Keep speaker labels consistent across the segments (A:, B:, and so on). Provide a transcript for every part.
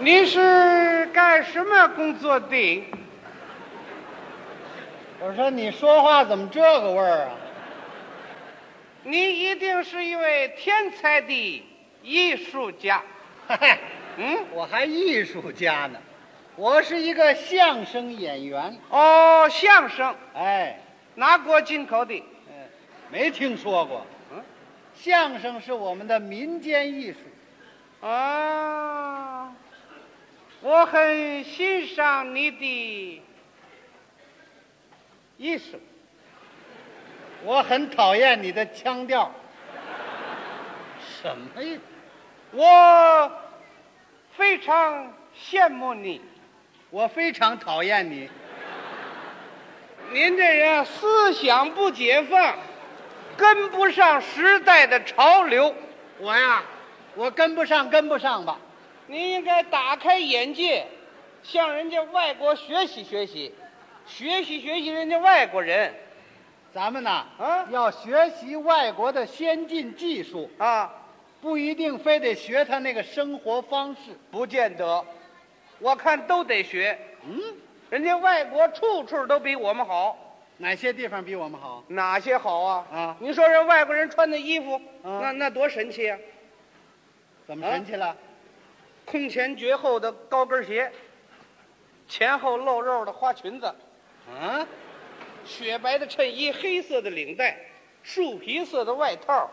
A: 你是干什么工作的？
B: 我说你说话怎么这个味儿啊？
A: 你一定是一位天才的艺术家。
B: 嗨，
A: 嗯，
B: 啊 我还艺术家呢，我是一个相声演员。
A: 哦，相声
B: 哎，
A: 哪国进口的？
B: 嗯没听说过。
A: 嗯，
B: 相声是我们的民间艺术。
A: 啊，我很欣赏你的艺术。
B: 我很讨厌你的腔调。什么呀？
A: 我非常羡慕你，
B: 我非常讨厌你。
A: 您这人思想不解放，跟不上时代的潮流。
B: 我呀，我跟不上，跟不上吧。
A: 您应该打开眼界，向人家外国学习学习，学习学习人家外国人
B: 咱们呢，
A: 啊
B: 要学习外国的先进技术，
A: 啊，
B: 不一定非得学他那个生活方式。
A: 不见得，我看都得学。
B: 嗯，
A: 人家外国处处都比我们好，
B: 哪些地方比我们好？
A: 哪些好啊？
B: 啊
A: 您说人外国人穿的衣服，
B: 啊
A: 那那多神气啊！
B: 怎么神气了？
A: 空前绝后的高跟鞋，前后露肉的花裙子，嗯
B: 啊，
A: 雪白的衬衣，黑色的领带，树皮色的外套，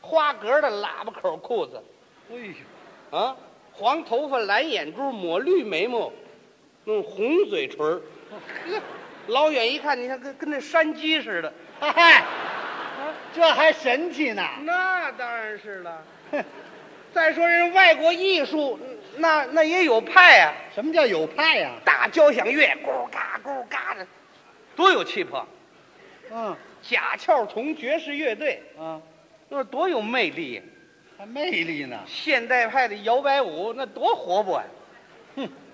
A: 花格的喇叭口裤子，
B: 哎 呦，
A: 啊，黄头发，蓝眼珠，抹绿眉毛，弄红嘴唇儿
B: 呵，
A: 老远一看，你看跟跟那山鸡似的。
B: 嗨，这还神气呢？
A: 那当然是了。 再说人外国艺术，那那也有派啊，
B: 什么叫有派呀、
A: 大交响乐，咕嘎咕嘎的，多有气魄！
B: 嗯
A: 贾翘童爵士乐队，
B: 嗯，
A: 那多有魅力呀、
B: 还魅力呢。
A: 现代派的摇摆舞，那多活泼啊！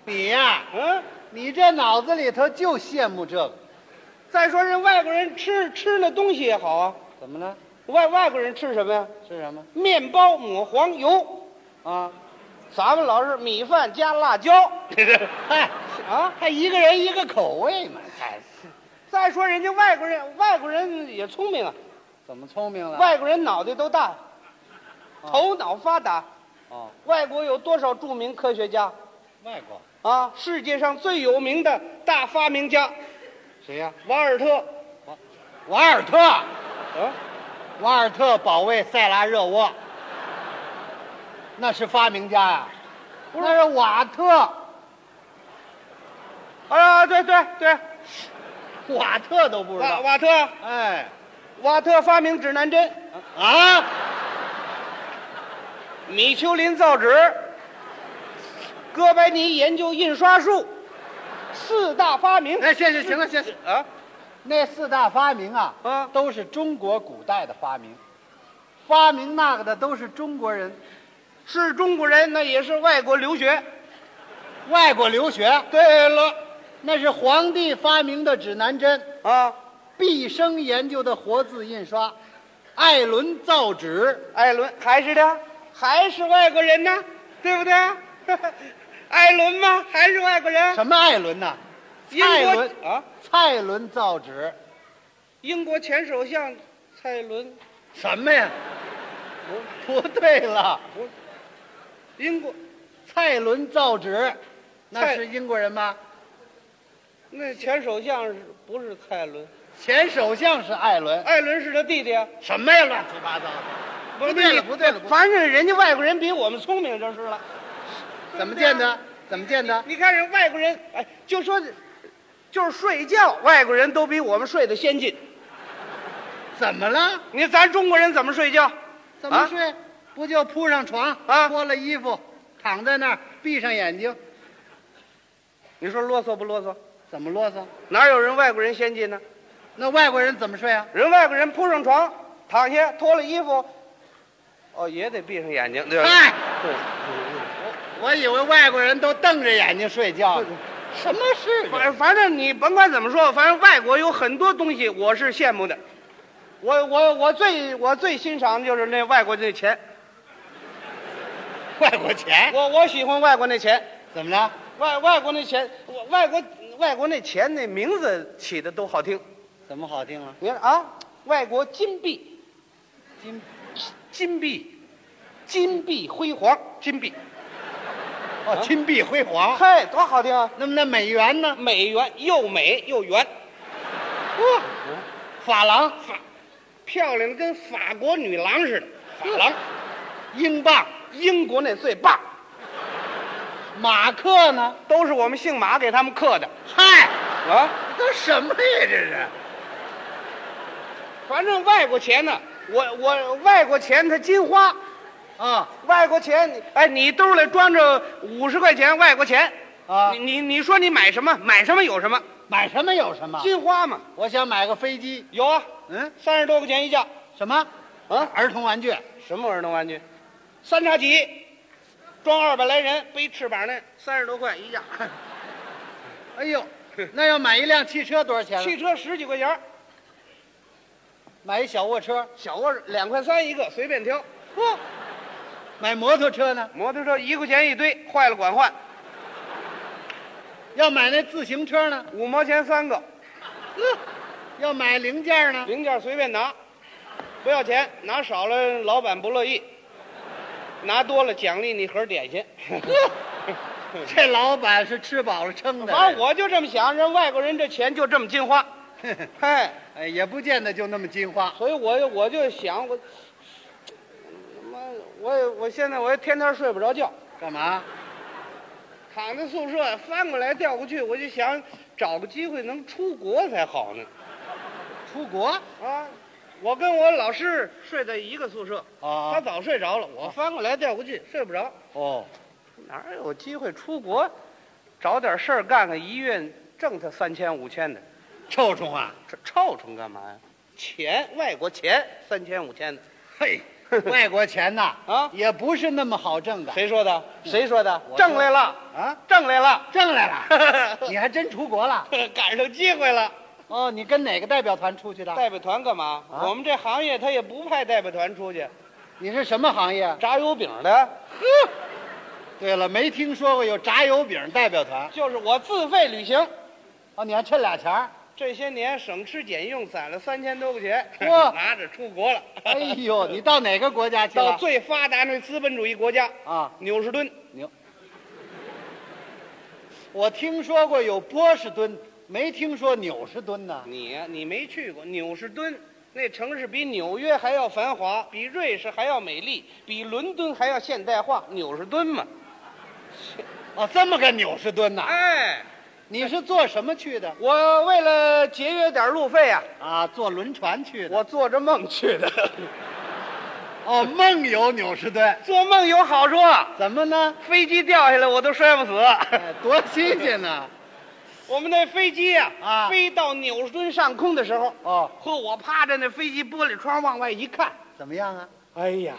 B: 你呀、
A: 嗯，
B: 你这脑子里头就羡慕这个。
A: 再说人外国人吃吃那东西也好啊，
B: 怎么了？
A: 外外国人吃什么呀？
B: 是什么？
A: 面包抹黄油，
B: 啊，
A: 咱们老是米饭加辣椒
B: 嗨，
A: 啊。
B: 还一个人一个口味嘛？嗨，
A: 再说人家外国人，外国人也聪明啊，
B: 怎么聪明了？
A: 外国人脑袋都大，
B: 哦
A: 头脑发达。
B: 哦，
A: 外国有多少著名科学家
B: 外国
A: 啊？世界上最有名的大发明家
B: 谁呀、
A: 瓦尔特，
B: 瓦尔特，
A: 啊，
B: 瓦尔特保卫塞拉热窝，那是发明家呀、
A: 不是
B: 那是瓦特，
A: 啊，对对对，
B: 瓦特都不知
A: 瓦
B: 道。
A: 瓦特，
B: 哎，
A: 瓦特发明指南针，
B: 啊，
A: 米丘林造纸，哥白尼研究印刷术，四大发明。
B: 哎，行行行了，行行，
A: 啊
B: 那四大发明啊，
A: 啊，
B: 都是中国古代的发明，发明那个的都是中国人，
A: 是中国人，那也是外国留学。
B: 外国留学。
A: 对了，
B: 那是皇帝发明的指南针，
A: 啊，
B: 毕生研究的活字印刷，艾伦造纸，
A: 艾伦还是他，还是外国人呢，对不对？ 艾伦吗？还是外国人？
B: 什么艾伦呐、
A: 英国
B: 艾伦呃
A: 啊，
B: 蔡伦造纸，
A: 英国前首相蔡伦，
B: 什么呀？不不对了，
A: 英国
B: 蔡伦造纸，那
A: 蔡
B: 是英国人吗？
A: 那前首相是不是蔡伦？
B: 前首相是艾伦，
A: 艾伦是他弟弟啊。
B: 什么呀？乱七八糟的，不对
A: 你
B: 了不对了不对了
A: 反正人家外国人比我们聪明就是了。
B: 怎么见的？怎么见的？
A: 你看人外国人，哎，就说就是睡觉，外国人都比我们睡得先进。
B: 怎么了？
A: 你看咱中国人怎么睡觉？
B: 怎么睡？不就铺上床
A: 啊
B: 脱了衣服，躺在那儿，闭上眼睛，
A: 你说啰嗦不啰嗦？
B: 怎么啰嗦？
A: 哪有人外国人先进呢？
B: 那外国人怎么睡啊？
A: 人外国人铺上床，躺下，脱了衣服，哦，也得闭上眼睛，对吧？
B: 哎，我以为外国人都瞪着眼睛睡觉呢，什么事
A: 反反正你甭管怎么说，反正外国有很多东西我是羡慕的。我我我最我最欣赏的就是那外国那钱，
B: 外国钱
A: 我我喜欢外国那钱，
B: 怎么了？
A: 外外国那钱，我外国外国那钱那名字起的都好听。
B: 怎么好听了？
A: 你看啊，外国金币，
B: 金
A: 金币，金碧辉煌，金碧，
B: 哦，金碧辉煌。
A: 嘿，多好听啊！
B: 那么那美元呢？
A: 美元又美又圆，
B: 哇，法郎、
A: 法漂亮的跟法国女郎似的。法郎，
B: 英镑、
A: 英国那最棒，
B: 马克呢？
A: 都是我们姓马给他们刻的
B: 嗨，
A: 啊。
B: 都什么呀？这是？
A: 反正外国钱呢，我我外国钱它金花，
B: 啊
A: 外国钱，哎，你兜里装着五十块钱外国钱，
B: 啊
A: 你，你你说你买什么？买什么有什么？
B: 买什么有什么？
A: 金花嘛，
B: 我想买个飞机。
A: 有啊，
B: 嗯，
A: 三十多块钱一架。
B: 什么？
A: 啊，
B: 儿童玩具？
A: 什么儿童玩具？三叉戟，装二百来人，背翅膀那，三十多块一架。
B: 哎呦，那要买一辆汽车多少钱
A: 汽
B: 了？
A: 车十几块钱，
B: 买一小卧车？
A: 小窝两块三一个，随便挑。
B: 不，买摩托车呢？
A: 摩托车一块钱一堆，坏了管换，
B: 要买那自行车呢？
A: 五毛钱三个，
B: 呵，要买零件呢？
A: 零件随便拿，不要钱，拿少了老板不乐意，拿多了奖励你盒点心。
B: 这老板是吃饱了撑的。
A: 反正啊我就这么想，人外国人这钱就这么金花，嗨，
B: 哎，也不见得就那么金花。
A: 所以我我就想我，他妈我也我现在我也天天睡不着觉，
B: 干嘛？
A: 躺在宿舍翻过来调过去，我就想找个机会能出国才好呢
B: 出国？
A: 啊！我跟我老师睡在一个宿舍，他
B: 啊，
A: 早睡着了，我翻过来调过去睡不着，
B: 哦，
A: 哪有机会出国？找点事儿干个一月挣他三千五千的，
B: 臭虫啊！
A: 这臭虫干嘛呀？钱，外国钱三千五千的。
B: 嘿，外国钱呐，
A: 啊
B: 也不是那么好挣的
A: 谁说的？嗯谁说的
B: 我说
A: 挣来了，
B: 啊。
A: 挣来了，
B: 挣来 了，你还真出国了？
A: 赶上机会了。
B: 哦，你跟哪个代表团出去的？
A: 代表团干嘛？
B: 啊
A: 我们这行业他也不派代表团出去，
B: 你是什么行业？
A: 炸油饼的，
B: 对了，没听说过有炸油饼代表团
A: 就是我自费旅行。
B: 哦，你还趁俩钱儿？
A: 这些年省吃俭用，攒了三千多块钱，
B: 哇
A: 拿着出国了。
B: 哎呦，你到哪个国家去
A: 到
B: 了？
A: 最发达那资本主义国家
B: 啊，
A: 纽士敦，
B: 我听说过有波士顿，没听说纽士顿呢。
A: 你呀、你没去过纽士敦。那城市比纽约还要繁华，比瑞士还要美丽，比伦敦还要现代化。纽士敦嘛，
B: 哦，这么个纽士顿呐、
A: 哎，
B: 你是坐什么去的？
A: 我为了节约点路费啊，
B: 啊，坐轮船去的。
A: 我做着梦去的。
B: 哦，梦游纽士顿，
A: 做梦有好处，
B: 怎么 呢？
A: 飞机掉下来我都摔不死。
B: 哎多新鲜啊呢！
A: 我们那飞机呀、
B: 啊
A: 飞到纽士敦上空的时候，
B: 哦，
A: 呵，我趴着那飞机玻璃窗往外一看，
B: 怎么样啊？
A: 哎呀，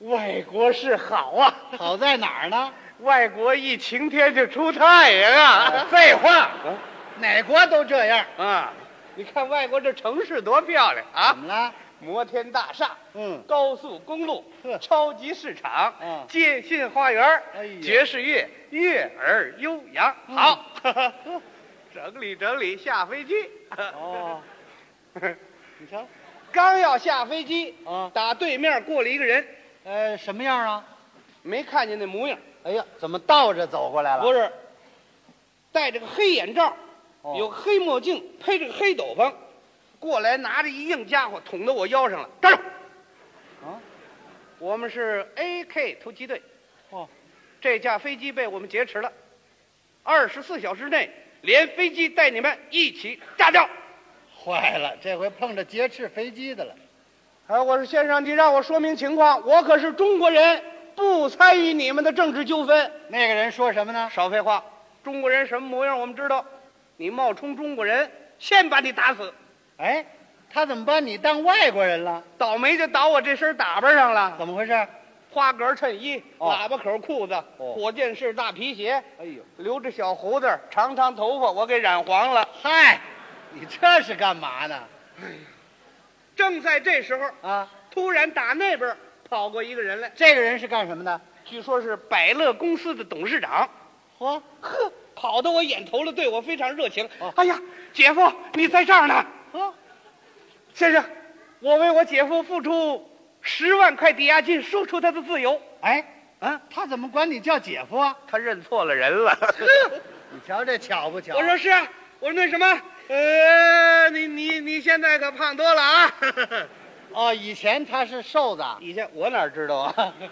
A: 外国是好啊，
B: 好在哪儿呢？
A: 外国一晴天就出太阳 啊。
B: 废话，哪国都这样。
A: 啊，你看外国这城市多漂亮
B: 怎
A: 啊，
B: 么了？
A: 摩天大厦。
B: 嗯，
A: 高速公路
B: 呵、
A: 超级市场、
B: 嗯
A: 建信花园、
B: 哎呀
A: 爵士乐，悦耳悠扬。
B: 嗯
A: 好，整理整理，下飞机。
B: 哦， 你瞧，
A: 刚要下飞机，
B: 啊，
A: 打对面过来一个人，
B: 呃，什么样啊？
A: 没看见那模样，
B: 哎呀，怎么倒着走过来了？
A: 不是，戴着个黑眼罩，
B: 哦
A: 有个黑墨镜，披着个黑斗篷，过来拿着一硬家伙捅到我腰上了，站住！
B: 啊，
A: 我们是 AK 突击队。
B: 哦，
A: 这架飞机被我们劫持了，二十四小时内连飞机带你们一起炸掉。
B: 坏了，这回碰着劫持飞机的了。
A: 啊，我说先生，你让我说明情况，我可是中国人，不参与你们的政治纠纷。
B: 那个人说什么呢？
A: 少废话，中国人什么模样我们知道，你冒充中国人，先把你打死。
B: 哎，他怎么把你当外国人了？
A: 倒霉就倒我这身打扮上了，
B: 怎么回事？
A: 花格衬衣、
B: 哦
A: 喇叭口裤子、
B: 哦
A: 火箭式大皮鞋，
B: 哎呦，
A: 留着小胡子，长长头发，我给染黄了。
B: 嗨，你这是干嘛呢？
A: 正在这时候，
B: 啊，
A: 突然打那边跑过一个人来，
B: 这个人是干什么的？
A: 据说是百乐公司的董事长。
B: 嚯，
A: 呵，跑到我眼头了，对我非常热情。
B: 哦
A: 哎呀，姐夫，你在这儿呢，
B: 呵，
A: 先生，我为我姐夫付出十万块抵押金，赎出他的自 由。
B: 哎，
A: 啊，
B: 他怎么管你叫姐夫啊？
A: 他认错了人了。
B: 你瞧这巧不巧？
A: 我说是啊，我说那什么，呃，你你你现在可胖多了啊。
B: 哦，以前他是瘦子，
A: 以前我哪知道啊？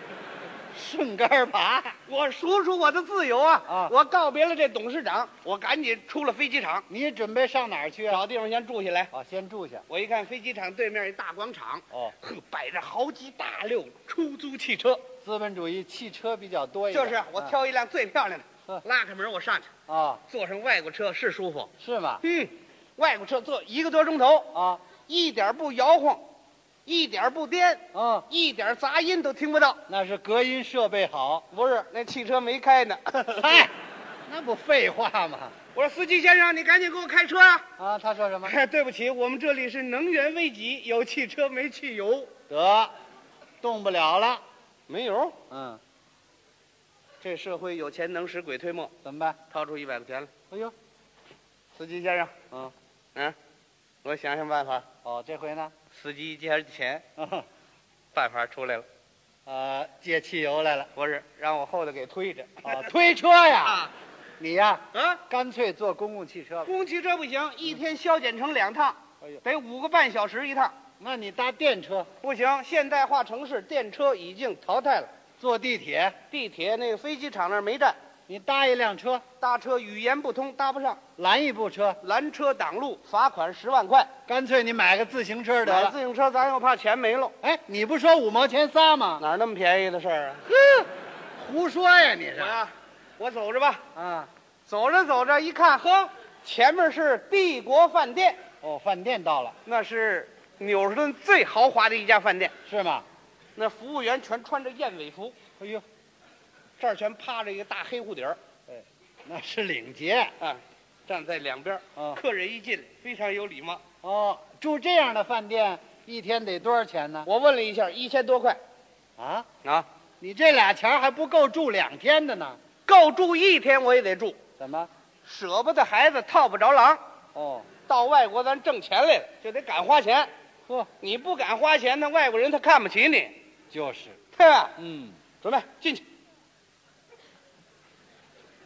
B: 顺杆儿爬。
A: 我赎出我的自由啊！
B: 啊
A: 我告别了这董事长，我赶紧出了飞机场，
B: 你准备上哪儿去啊？
A: 找地方先住下来。
B: 啊，先住下。
A: 我一看飞机场对面一大广场，
B: 哦，
A: 呵，摆着好几大溜出租汽车，
B: 资本主义汽车比较多一点。
A: 就是啊我
B: 嗯
A: 挑一辆最漂亮的
B: 呵，
A: 拉开门我上去，
B: 啊，
A: 坐上外国车是舒服，
B: 是吗？
A: 嗯，外国车坐一个多钟头，
B: 啊，
A: 一点不摇晃，一点不颠，
B: 嗯，
A: 一点杂音都听不到。
B: 那是隔音设备好。
A: 不 是，那汽车没开 呢。哎
B: 嗨，那不废话吗？
A: 我说司机先生，你赶紧给我开车啊！
B: 啊，他说什么？
A: 哎，对不起，我们这里是能源危机，有汽车没汽油，
B: 得，动不了了。
A: 没油。
B: 嗯，
A: 这社会有钱能使鬼推磨，
B: 怎么办？
A: 掏出一百块钱来，
B: 哎呦，
A: 司机先生，
B: 嗯，
A: 嗯，我想想办法。
B: 哦，这回呢？
A: 司机一接钱，
B: 嗯
A: 办法出来了，
B: 呃，借汽油来了。
A: 不是让我后头给推着。
B: 哦，推车 呀，
A: 啊
B: 你呀，
A: 啊！
B: 干脆坐公共汽车吧。
A: 公共汽车不行，一天消减成两趟
B: 哎呦，
A: 得五个半小时一趟，
B: 那你搭电车，
A: 不行。现代化城市电车已经淘汰了，
B: 坐地铁，
A: 地铁那个飞机场那儿没站，
B: 你搭一辆车，
A: 搭车语言不通，搭不上。
B: 拦一部车，
A: 拦车挡路，罚款十万块。
B: 干脆你买个自行车得
A: 买
B: 了。
A: 自行车咱又怕钱没了，
B: 哎，你不说五毛钱仨吗？
A: 哪儿那么便宜的事儿啊？
B: 胡说呀，你
A: 我
B: 是
A: 呀，我走着吧。
B: 啊？
A: 走着走着，一看，呵，前面是帝国饭店，
B: 哦，饭店到了，
A: 那是纽士顿最豪华的一家饭店。
B: 是吗？
A: 那服务员全穿着燕尾服，
B: 哎呦，
A: 这儿全趴着一个大黑蝴蝶儿，
B: 那是领结。
A: 啊，站在两边儿。
B: 啊
A: 客人一进来，非常有礼貌。
B: 哦，住这样的饭店一天得多少钱呢？
A: 我问了一下，一千多块
B: 啊，
A: 啊，
B: 你这俩钱儿还不够住两天的呢？
A: 够住一天我也得住，
B: 怎么？
A: 舍不得孩子套不着狼。
B: 哦，
A: 到外国咱挣钱来了，就得敢花钱。
B: 呵，
A: 你不敢花钱，那外国人他看不起你，
B: 就是，
A: 对吧？
B: 嗯，
A: 准备进去。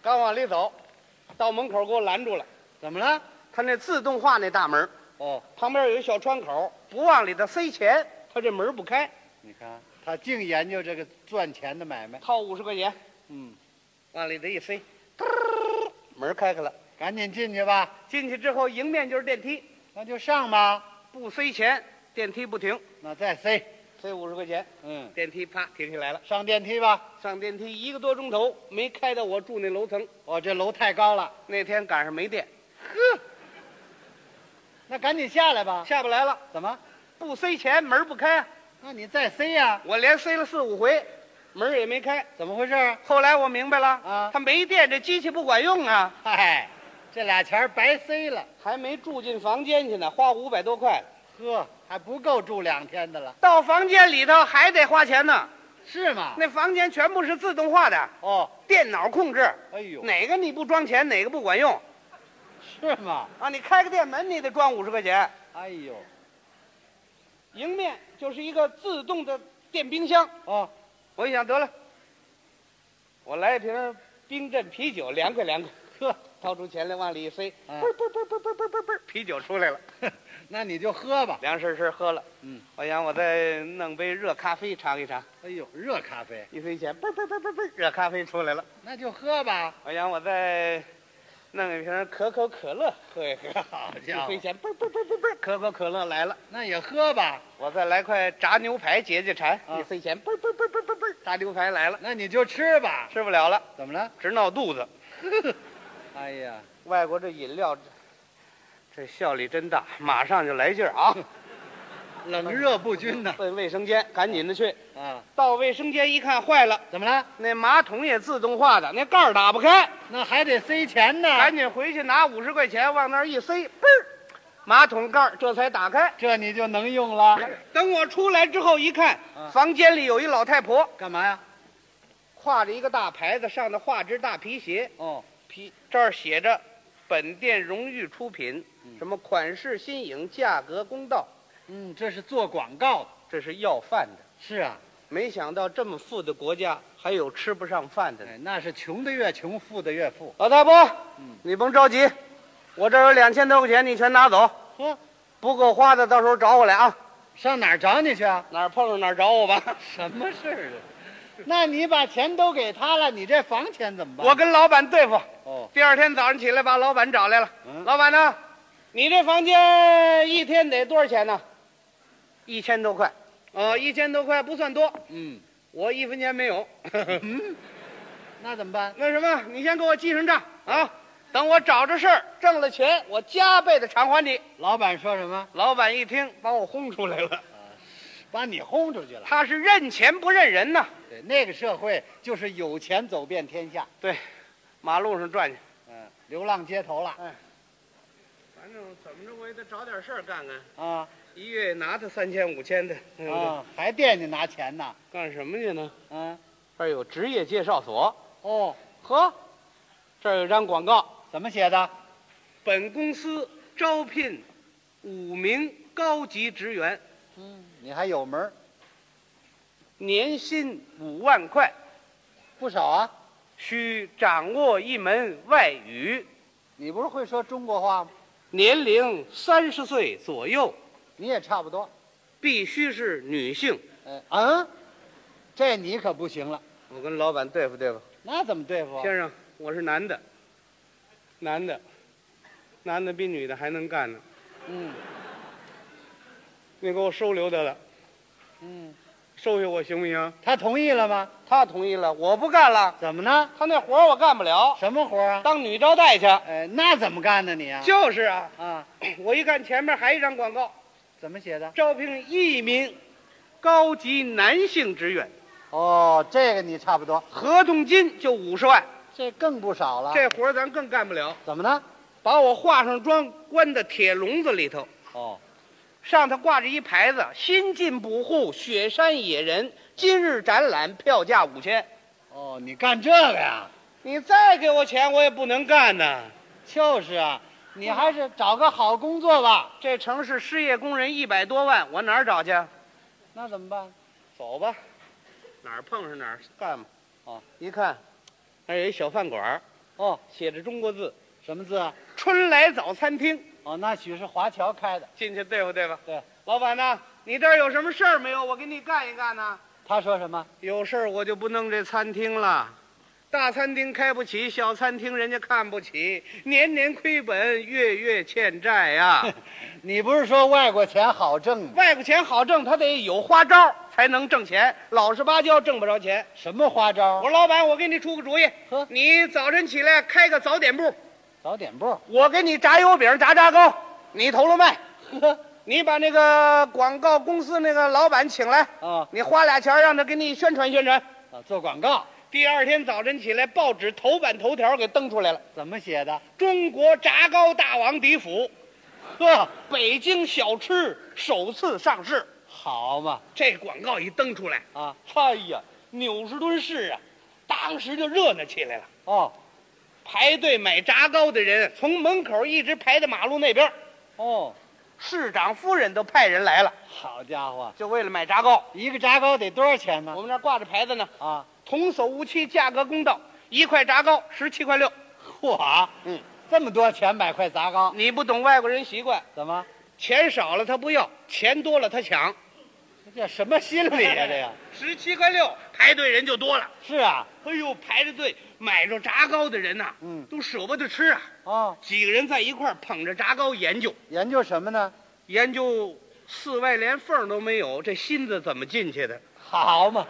A: 刚往里走，到门口给我拦住了。
B: 怎么了？
A: 他那自动化那大门
B: 哦，
A: 旁边有一小窗口，不往里头塞钱，他这门不开。
B: 你看他净研究这个赚钱的买卖。
A: 掏五十块钱
B: 嗯，
A: 往里头一塞，嘚儿门开开了。
B: 赶紧进去吧，
A: 进去之后，迎面就是电梯，
B: 那就上吧。
A: 不塞钱，电梯不停，
B: 那再塞，
A: 塞五十块钱，
B: 嗯，
A: 电梯啪停下来了。
B: 上电梯吧。
A: 上电梯一个多钟头，没开到我住那楼层。
B: 哦，这楼太高了，
A: 那天赶上没电，
B: 那赶紧下来吧。
A: 下不来了，
B: 怎么？
A: 不塞钱门不开，
B: 那你再塞呀、
A: 我连塞了四五回，门也没开。
B: 怎么回事啊？
A: 后来我明白了，
B: 啊
A: 它没电，这机器不管用啊。
B: 嗨，这俩钱儿白塞了。
A: 还没住进房间去呢，花五百多块。
B: 呵，还不够住两天的了，
A: 到房间里头还得花钱呢。
B: 是吗？
A: 那房间全部是自动化的，
B: 哦，
A: 电脑控制，
B: 哎呦，
A: 哪个你不装钱，哪个不管用
B: 是吗？
A: 啊？你开个电门，你得装五十块钱。
B: 哎呦，
A: 迎面就是一个自动的电冰箱，
B: 哦，
A: 我一想得了，我来一瓶冰镇啤酒，凉快凉快。
B: 呵，
A: 掏出钱来往里一塞，
B: 嗯
A: 嘣儿嘣儿嘣儿嘣儿嘣儿嘣儿嘣儿，啤酒出来了，
B: 那你就喝吧。
A: 凉深深喝了。
B: 嗯，
A: 我想我再弄杯热咖啡尝一尝。
B: 哎呦，热咖啡，
A: 一塞钱，嘣儿嘣儿嘣儿嘣儿嘣儿，热咖啡出来了。
B: 那就喝吧。
A: 我想我再弄一瓶可口可乐喝一喝。
B: 好
A: 一
B: 家
A: 塞
B: 伙，
A: 钱，嘣儿嘣儿嘣儿嘣儿嘣儿，可口可乐来了。
B: 那也喝吧。
A: 我再来块炸牛排解解馋。
B: 啊
A: 一塞钱，嘣儿嘣儿嘣儿嘣儿嘣儿嘣儿，炸牛排来了，
B: 那你就吃吧。
A: 吃不了了，
B: 怎么了？
A: 直闹肚子。
B: 哎呀，
A: 外国这饮料，这这效力真大，马上就来劲儿啊！
B: 冷热不均呐。
A: 奔卫生间，赶紧的去。
B: 啊，
A: 到卫生间一看，坏了，
B: 怎么了？
A: 那马桶也自动化的，那盖儿打不开，
B: 那还得塞钱呢。
A: 赶紧回去拿五十块钱往那儿一塞，嘣儿，马桶盖儿这才打开。
B: 这你就能用了。
A: 等我出来之后一看，
B: 啊
A: 房间里有一老太婆，
B: 干嘛呀？
A: 画着一个大牌子，上头画只大皮鞋，
B: 哦，
A: 皮这儿写着“本店荣誉出品”，什么款式新颖，价格公道，
B: 嗯，这是做广告的。
A: 这是要饭的。
B: 是啊，
A: 没想到这么富的国家还有吃不上饭的呢。
B: 哎，那是穷的越穷，富的越富。
A: 老大伯
B: 嗯，
A: 你甭着急，我这儿有两千多块钱，你全拿走，
B: 呵，
A: 不够花的到时候找我来啊，
B: 上哪儿找你去啊？
A: 哪儿碰上哪儿找我吧。
B: 什么事儿啊？那你把钱都给他了，你这房钱怎么 办？
A: 我跟老板对付，
B: 哦，
A: 第二天早上起来把老板找来了。
B: 嗯
A: 老板呢？你这房间一天得多少钱呢？一千多块。呃，一千多块不算多，
B: 嗯，
A: 我一分钱没 有。
B: 那怎么办？
A: 那什么，你先给我记上账啊，等我找着事儿挣了钱，我加倍的偿还你。
B: 老板说什么？
A: 老板一听，把我轰出来了。
B: 把你轰出去了。
A: 他是认钱不认人呐。
B: 对，那个社会就是有钱走遍天下，
A: 对，马路上转去，
B: 嗯，流浪街头了
A: 反正怎么着我也得找点事儿干干。
B: 啊
A: 一月拿他三千五千的，对不对
B: 啊，还惦记拿钱呢，
A: 干什么去呢？
B: 嗯，
A: 这儿有职业介绍所，
B: 哦，
A: 呵，这儿有张广告，
B: 怎么写的？
A: 本公司招聘五名高级职员，
B: 嗯，你还有门儿
A: 年薪五万块，
B: 不少啊，
A: 需掌握一门外语，
B: 你不是会说中国话吗？
A: 年龄三十岁左右，
B: 你也差不多，
A: 必须是女性。
B: 嗯嗯，这你可不行了，
A: 我跟老板对付对付，
B: 那怎么对付啊？
A: 先生，我是男的，男的，男的比女的还能干呢，
B: 嗯
A: 你给我收留他了，
B: 嗯，
A: 收下我行不行？
B: 他同意了吗？
A: 他同意了，我不干了。
B: 怎么呢？
A: 他那活儿我干不了，
B: 什么活儿啊？
A: 当女招待去。
B: 哎，那怎么干呢你啊？
A: 就是啊，
B: 啊，
A: 我一看前面还一张广告，
B: 怎么写的？
A: 招聘一名高级男性职员，
B: 哦，这个你差不多，
A: 合同金就五十万。
B: 这更不少了。
A: 这活儿咱更干不了，
B: 怎么呢？
A: 把我画上妆，关到铁笼子里头，
B: 哦，
A: 上头挂着一牌子：新进捕户雪山野人，今日展览，票价五千。
B: 哦，你干这个呀？
A: 你再给我钱，我也不能干呐。
B: 就是啊，你还是找个好工作吧。
A: 这城市失业工人一百多万，我哪儿找去？
B: 那怎么办？
A: 走吧，哪儿碰上哪儿干吧。
B: 哦，
A: 一看，那儿有一小饭馆儿
B: 哦，
A: 写着中国字
B: 什么字啊？
A: “春来早餐厅
B: 哦，那许是华侨开的。”，
A: 进去对付对付。
B: 对，
A: 老板呐，你这儿有什么事儿没有？我给你干一干呐。
B: 他说什么？
A: 有事儿我就不弄这餐厅了，大餐厅开不起，小餐厅人家看不起，年年亏本，月月欠债呀、
B: 你不是说外国钱好挣吗？
A: 外国钱好挣，他得有花招儿才能挣钱，老实巴交挣不着钱。
B: 什么花
A: 我
B: 招？
A: 说老板，我给你出个主意
B: 呵，
A: 你早晨起来开个早点部。
B: 早点部。
A: 我给你炸油饼、炸炸糕，你投了卖。
B: 呵，
A: 你把那个广告公司那个老板请来，
B: 啊
A: 你花俩钱儿让他给你宣传宣传。
B: 啊，做广告
A: 第二天早晨起来，报纸头版头条给登出来了：
B: 怎么写的？
A: 中国炸糕大王迪府，
B: 呵，
A: 北京小吃首次上市。
B: 好嘛
A: 这广告一登出来，
B: 啊！
A: 哎呀，纽士敦市啊，当时就热闹起来了。
B: 哦
A: 排队买炸糕的人从门口一直排到马路那边儿，
B: 哦，
A: 市长夫人都派人来了，
B: 好家伙，
A: 就为了买炸糕。
B: 一个炸糕得多少钱
A: 我
B: 呢？
A: 们这儿挂着牌子呢，
B: 啊，
A: 童叟无欺，价格公道，一块炸糕十七块六。
B: 嚯，
A: 嗯，
B: 这么多钱买块炸糕，
A: 你不懂外国人习惯，
B: 怎么？
A: 钱少了他不要，钱多了他抢。
B: 这叫什么心理呀、这个
A: 十七块六，排队人就多了。
B: 是啊，
A: 哎呦，排着队买着炸糕的人呐、
B: 嗯
A: 都舍不得吃啊。
B: 哦，
A: 几个人在一块儿捧着炸糕研究，
B: 研究什么呢？
A: 研究四外连缝都没有，这心子怎么进去的？
B: 好嘛，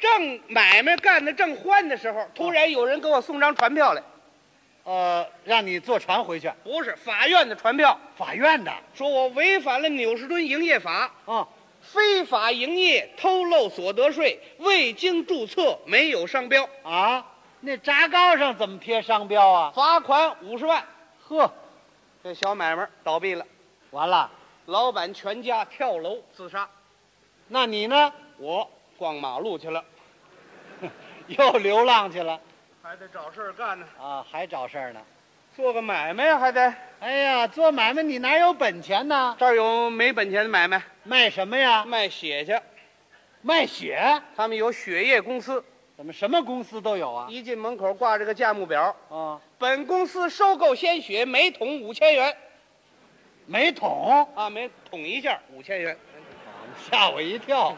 A: 正买卖干得正欢的时候，突然有人给我送张传票来，
B: 呃，让你坐船回去，
A: 不是法院的传票，
B: 法院的
A: 说我违反了纽士敦营业法，
B: 哦，
A: 非法营业、偷漏所得税、未经注册、没有商标，
B: 啊，那炸糕上怎么贴商标啊？
A: 罚款五十万。
B: 呵，
A: 这小买卖倒闭了，
B: 完了，
A: 老板全家跳楼自杀，
B: 那你呢？
A: 我逛马路去了。
B: 又流浪去了
A: 还得找事儿干呢，
B: 啊，还找事儿呢。
A: 做个买卖呀，还得
B: 哎呀，做买卖你哪有本钱呢？
A: 这儿有没本钱的买卖，
B: 卖什么呀？
A: 卖血去。
B: 卖血？
A: 他们有血液公司，
B: 怎么什么公司都有啊？
A: 一进门口挂着个价目表，
B: 啊，
A: 本公司收购鲜血每桶五千元
B: 煤桶，
A: 啊，每桶一下五千元。
B: 啊吓我一跳。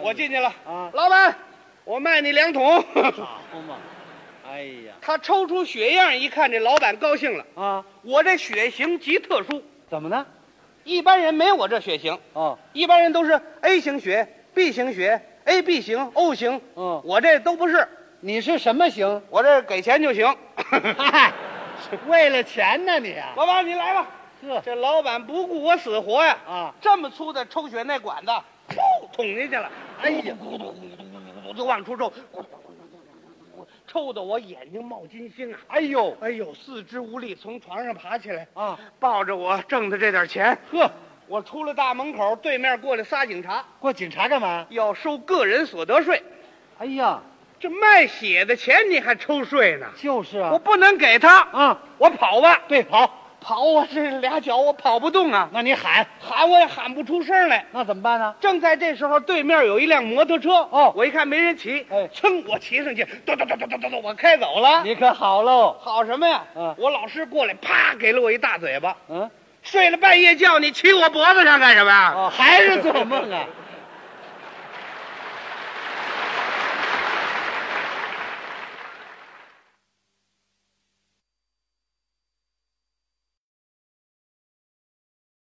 A: 我进去了，
B: 哎啊，
A: 老板，我卖你两桶。
B: 好嘛，哎呀，
A: 他抽出血样一看，这老板高兴了，
B: 啊，
A: 我这血型极特殊，
B: 怎么呢？
A: 一般人没我这血型，
B: 哦，
A: 一般人都是 A 型血、B 型血、AB 型、O 型，
B: 嗯，
A: 我这都不是，
B: 你是什么型？
A: 我这给钱就行。
B: 嗨，为了钱呢你啊？
A: 老板，你来吧。
B: 呵
A: 这老板不顾我死活呀！
B: 啊，
A: 这么粗的抽血那管子，噗捅进去了，
B: 哎呀，
A: 我就往出抽，抽的我眼睛冒金星啊！
B: 哎呦，
A: 哎呦，四肢无力，从床上爬起来，
B: 啊，
A: 抱着我挣的这点钱，
B: 呵，
A: 我出了大门口，对面过来仨警察，
B: 过警察干嘛？
A: 要收个人所得税。
B: 哎呀，
A: 这卖血的钱你还抽税呢？
B: 就是
A: 我
B: 啊，
A: 不能给他，
B: 啊，
A: 我跑吧，
B: 对，跑，
A: 跑我这俩脚我跑不动啊，
B: 那你喊，
A: 喊我也喊不出声来。
B: 那怎么办呢？
A: 正在这时候，对面有一辆摩托车，
B: 哦
A: 我一看没人骑，
B: 哎
A: 噌，我骑上去，嘟嘟嘟嘟嘟嘟嘟，我开走了。
B: 你可好喽，
A: 好什么呀？
B: 嗯
A: 我老师过来，啪给了我一大嘴巴。
B: 嗯，
A: 睡了半夜觉，你骑我脖子上干什么呀？
B: 哦哦，还是做梦啊？